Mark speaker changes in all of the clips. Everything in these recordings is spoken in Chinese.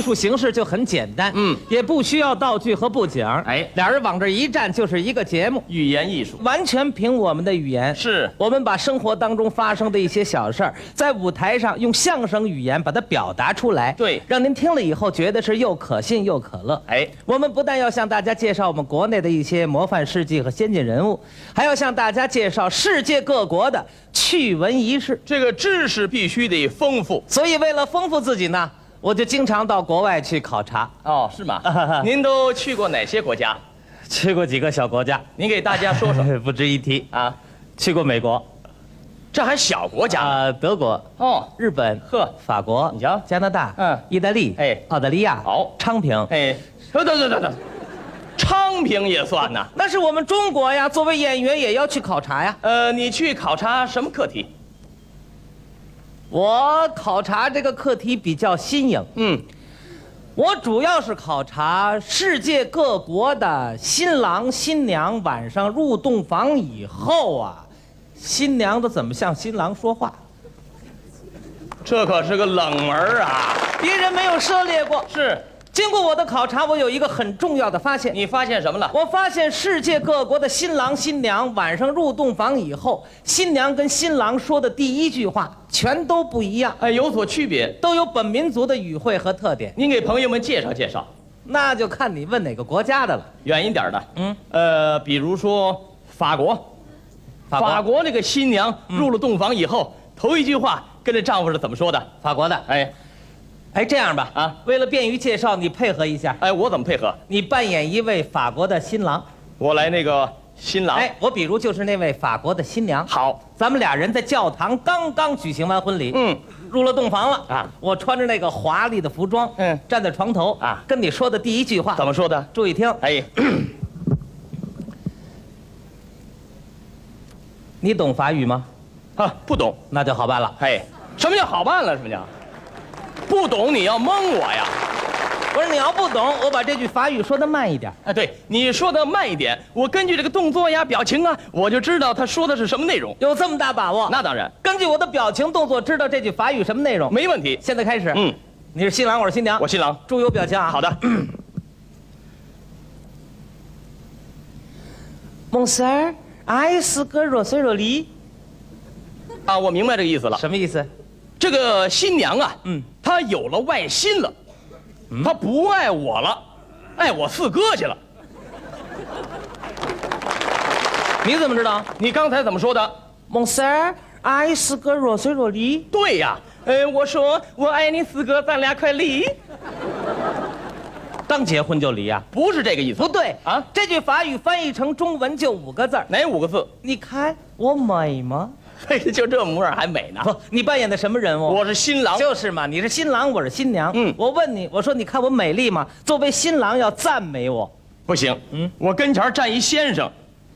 Speaker 1: 艺术形式就很简单，嗯
Speaker 2: 嗯，
Speaker 1: 也不需要道具和布景，哎
Speaker 2: 哎，
Speaker 1: 俩人往这一站就是一个节目，
Speaker 2: 语言艺术
Speaker 1: 完全凭我们的语言。
Speaker 2: 是
Speaker 1: 我们把生活当中发生的一些小事儿，在舞台上用相声语言把它表达出来，
Speaker 2: 对
Speaker 1: 让您听了以后觉得是又可信又可乐。
Speaker 2: 哎
Speaker 1: 我们不但要向大家介绍我们国内的一些模范事迹和先进人物，还要向大家介绍世界各国的趣闻轶事。
Speaker 2: 这个知识必须得丰富
Speaker 1: 所以为了丰富自己呢，我就经常到国外去考察，
Speaker 2: 哦，是吗？ 您都去过哪些国家？
Speaker 1: 去过几个小国家，
Speaker 2: 您给大家说说
Speaker 1: 不值一提。
Speaker 2: 啊。
Speaker 1: 去过美国
Speaker 2: 这还小国家呢
Speaker 1: 啊、德国、
Speaker 2: 哦，
Speaker 1: 日本、
Speaker 2: 呵，
Speaker 1: 法国，
Speaker 2: 你瞧
Speaker 1: 加拿大，
Speaker 2: 嗯
Speaker 1: 意大利，
Speaker 2: 哎
Speaker 1: 澳大利亚，
Speaker 2: 好
Speaker 1: 昌平。
Speaker 2: 哎，等等等等等，昌平也算呐。
Speaker 1: 那是我们中国呀，作为演员也要去考察呀。
Speaker 2: 呃，你去考察什么课题？
Speaker 1: 我考察这个课题比较新颖，
Speaker 2: 嗯，
Speaker 1: 我主要是考察世界各国的新郎新娘晚上入洞房以后啊，新娘子怎么向新郎说话，
Speaker 2: 这可是个冷门儿啊。
Speaker 1: 别人没有涉猎过。
Speaker 2: 是
Speaker 1: 经过我的考察，我有一个很重要的发现。
Speaker 2: 你发现什么了？
Speaker 1: 我发现世界各国的新郎新娘晚上入洞房以后，新娘跟新郎说的第一句话全都不一样，
Speaker 2: 哎，有所区别。
Speaker 1: 都有本民族的语汇和特点。
Speaker 2: 您给朋友们介绍介绍，
Speaker 1: 那就看你问哪个国家的了。
Speaker 2: 远一点儿的。
Speaker 1: 嗯，
Speaker 2: 呃，比如说法国。
Speaker 1: 法国，嗯
Speaker 2: 法国那个新娘入了洞房以后，头一句话跟这丈夫是怎么说的？
Speaker 1: 法国的。
Speaker 2: 哎
Speaker 1: 哎，这样吧，啊
Speaker 2: 啊，
Speaker 1: 为了便于介绍，你配合一下，
Speaker 2: 哎，我怎么配合？
Speaker 1: 你扮演一位法国的新郎。
Speaker 2: 我来那个新郎。
Speaker 1: 哎，我比如就是那位法国的新娘。
Speaker 2: 好
Speaker 1: 咱们俩人在教堂刚刚举行完婚礼，
Speaker 2: 嗯，
Speaker 1: 入了洞房了
Speaker 2: 啊
Speaker 1: 我穿着那个华丽的服装，
Speaker 2: 嗯
Speaker 1: 站在床头
Speaker 2: 啊
Speaker 1: 跟你说的第一句话
Speaker 2: 怎么说的？
Speaker 1: 注意听，
Speaker 2: 哎，
Speaker 1: 你懂法语吗？
Speaker 2: 啊，不懂。
Speaker 1: 那就好办了。
Speaker 2: 哎，什么叫好办了？什么叫不懂？你要蒙我呀？
Speaker 1: 我说你要不懂，我把这句法语说的慢一点。
Speaker 2: 哎，对，你说的慢一点，我根据这个动作呀、表情啊，我就知道他说的是什么内容。
Speaker 1: 有这么大把握？
Speaker 2: 那当然
Speaker 1: 根据我的表情动作，知道这句法语什么内容。
Speaker 2: 没问题。
Speaker 1: 现在开始，
Speaker 2: 嗯，
Speaker 1: 你是新嗯郎，我是新娘，
Speaker 2: 我新郎。
Speaker 1: 注意我表情啊。
Speaker 2: 好的，
Speaker 1: ，Monsieur I s que r o s e r o l i
Speaker 2: 啊，我明白这个意思了。
Speaker 1: 什么意思？
Speaker 2: 这个新娘啊，
Speaker 1: 嗯
Speaker 2: 嗯，她有了外心了，她不爱我了，爱我四哥去了。
Speaker 1: 你怎么知道
Speaker 2: 你刚才怎么说的？
Speaker 1: ？Monsieur I s que r o s e r o l i
Speaker 2: 对呀，呃，我说我爱你四哥，咱俩快离，
Speaker 1: 刚结婚就离啊？
Speaker 2: 不是这个意思
Speaker 1: 不。对
Speaker 2: 啊
Speaker 1: 这句法语翻译成中文就五个字儿。
Speaker 2: 哪五个字？
Speaker 1: 你看我美吗？
Speaker 2: 嘿，就这模样还美呢。
Speaker 1: 啊不，你扮演的什么人物？
Speaker 2: 我是新郎，
Speaker 1: 就是嘛，你是新郎，我是新娘。嗯
Speaker 2: 嗯，
Speaker 1: 我问你，我说你看我美丽吗？作为新郎要赞美我，
Speaker 2: 不行，嗯，我跟前儿站一先生，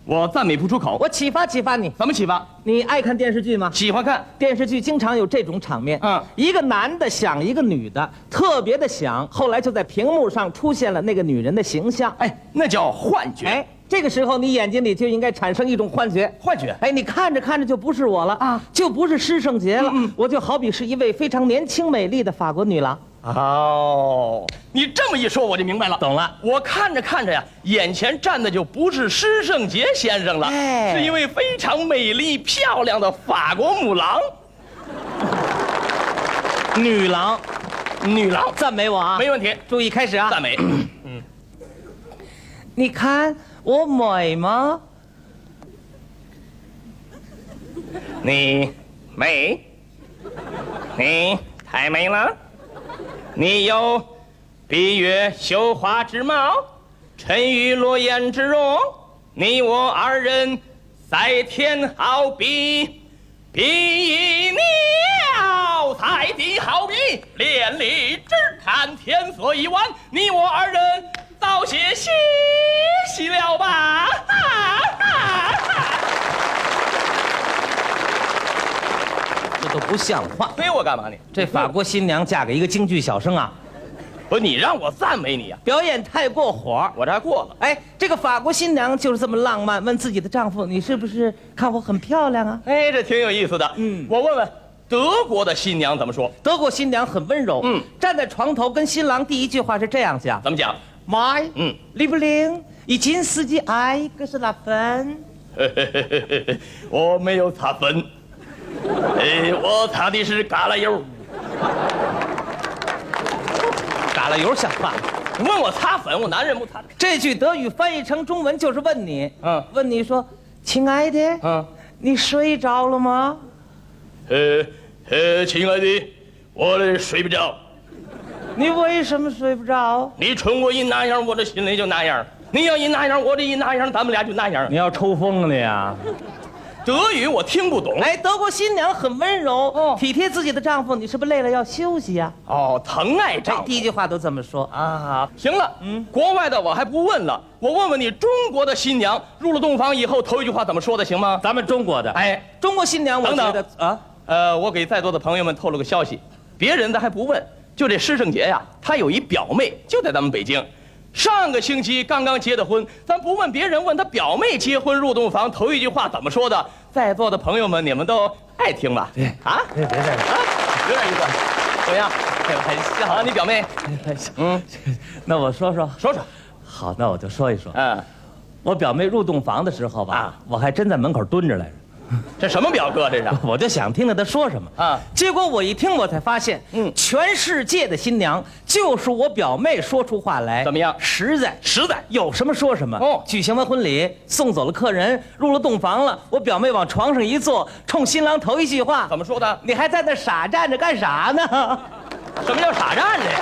Speaker 2: 我赞美不出口。
Speaker 1: 我启发启发你。
Speaker 2: 怎么启发？
Speaker 1: 你爱看电视剧吗？
Speaker 2: 喜欢看
Speaker 1: 电视剧经常有这种场面，嗯
Speaker 2: 嗯，
Speaker 1: 一个男的想一个女的，特别的想，后来就在屏幕上出现了那个女人的形象。
Speaker 2: 哎，那叫幻觉。
Speaker 1: 哎，这个时候你眼睛里就应该产生一种幻觉。
Speaker 2: 幻觉。
Speaker 1: 哎，你看着看着就不是我了啊，嗯就不是师圣杰了，我就好比是一位非常年轻美丽的法国女郎。
Speaker 2: 哦，你这么一说我就明白了，
Speaker 1: 懂了
Speaker 2: 我看着看着呀，眼前站的就不是施圣杰先生了，
Speaker 1: 哎
Speaker 2: 是一位非常美丽漂亮的法国母狼
Speaker 1: 女郎，
Speaker 2: 女郎，
Speaker 1: 赞美我啊！
Speaker 2: 没问题，
Speaker 1: 注意开始啊！
Speaker 2: 赞美。
Speaker 1: 你看我美吗？
Speaker 2: 你美，你太美了，你有闭月羞花之貌，沉鱼落雁之容，你我二人在天好比，比翼鸟在地好比，连理枝看天色已晚，你我二人早些歇息了吧。啊
Speaker 1: 这都不像话！
Speaker 2: 推我干嘛你？
Speaker 1: 这法国新娘嫁给一个京剧小生啊，
Speaker 2: 不是你让我赞美你啊，
Speaker 1: 表演太过火儿。
Speaker 2: 我这还过了。
Speaker 1: 哎，这个法国新娘就是这么浪漫，问自己的丈夫：“你是不是看我很漂亮啊
Speaker 2: 哎，这挺有意思的。
Speaker 1: 嗯
Speaker 2: 我问问，德国的新娘怎么说？
Speaker 1: 德国新娘很温柔，
Speaker 2: 嗯
Speaker 1: 站在床头跟新郎第一句话是这样讲
Speaker 2: 怎么讲？
Speaker 1: ：“My，
Speaker 2: 嗯
Speaker 1: ，liebling，已经司机爱格是拉芬。
Speaker 2: 我没有擦粉，哎，我擦的是橄榄 油。”
Speaker 1: 打了油像话吗？
Speaker 2: 你问我擦粉，我男人不擦。
Speaker 1: 这句德语翻译成中文就是问你，
Speaker 2: 嗯
Speaker 1: 问你说，亲爱的，
Speaker 2: 嗯，
Speaker 1: 你睡着了吗？
Speaker 2: 呃呃，亲爱的，我睡不着。
Speaker 1: 你为什么睡不着？
Speaker 2: 你春我一那样，我这心里就那样。你要一那样，我这一那样，咱们俩就那样。
Speaker 1: 你要抽风了呀！
Speaker 2: 德语我听不懂。
Speaker 1: 哎，德国新娘很温柔，
Speaker 2: 哦
Speaker 1: 体贴自己的丈夫，你是不是累了要休息呀、
Speaker 2: 哦，疼爱
Speaker 1: 哎，
Speaker 2: 丈夫
Speaker 1: 第一句话都这么说啊。
Speaker 2: 啊。行了，嗯，国外的我还不问了，我问问你，中国的新娘入了洞房以后头一句话怎么说的，行吗？
Speaker 1: 咱们中国的，哎，
Speaker 2: 哎，
Speaker 1: 中国新娘，我觉得
Speaker 2: 等
Speaker 1: 啊，
Speaker 2: 呃，我给在座的朋友们透露个消息，别人的还不问，就这施圣杰呀，他有一表妹就在咱们北京，上个星期刚刚结的婚，咱不问别人，问他表妹结婚入洞房头一句话怎么说的？在座的朋友们，你们都爱听吧？啊，
Speaker 3: 别别别，
Speaker 2: 啊，有点意思，怎么样？开玩笑啊，你表妹，嗯，
Speaker 1: 那我说说，
Speaker 2: 说说，
Speaker 1: 好，那我就说一说。
Speaker 2: 嗯，
Speaker 1: 我表妹入洞房的时候吧，
Speaker 2: 啊
Speaker 1: 我还真在门口蹲着来着，
Speaker 2: 这什么表哥这是？
Speaker 1: 我就想听听她说什么
Speaker 2: 啊
Speaker 1: 结果我一听，我才发现，嗯
Speaker 2: 嗯，
Speaker 1: 全世界的新娘就是我表妹说出话来，
Speaker 2: 怎么样
Speaker 1: 实在。
Speaker 2: 实在
Speaker 1: 有什么说什么
Speaker 2: 哦
Speaker 1: 举行完婚礼，送走了客人，入了洞房了。我表妹往床上一坐，冲新郎头一句话
Speaker 2: 怎：“么说的？
Speaker 1: 你还在那傻站着干啥呢？”
Speaker 2: 什么叫傻站着呀？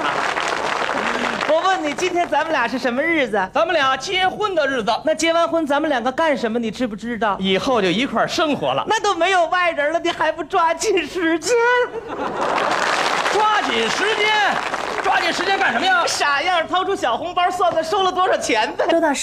Speaker 1: 我问你，今天咱们俩是什么日子？
Speaker 2: 咱们俩结婚的日子，
Speaker 1: 那结完婚咱们两个干什么？你知不知道？
Speaker 2: 以后就一块儿生活了。
Speaker 1: 那都没有外人了，你还不抓紧时间？
Speaker 2: 抓紧时间，抓紧时间干什么呀？
Speaker 1: 傻样，掏出小红包算算收了多少钱呗。
Speaker 4: 周到师。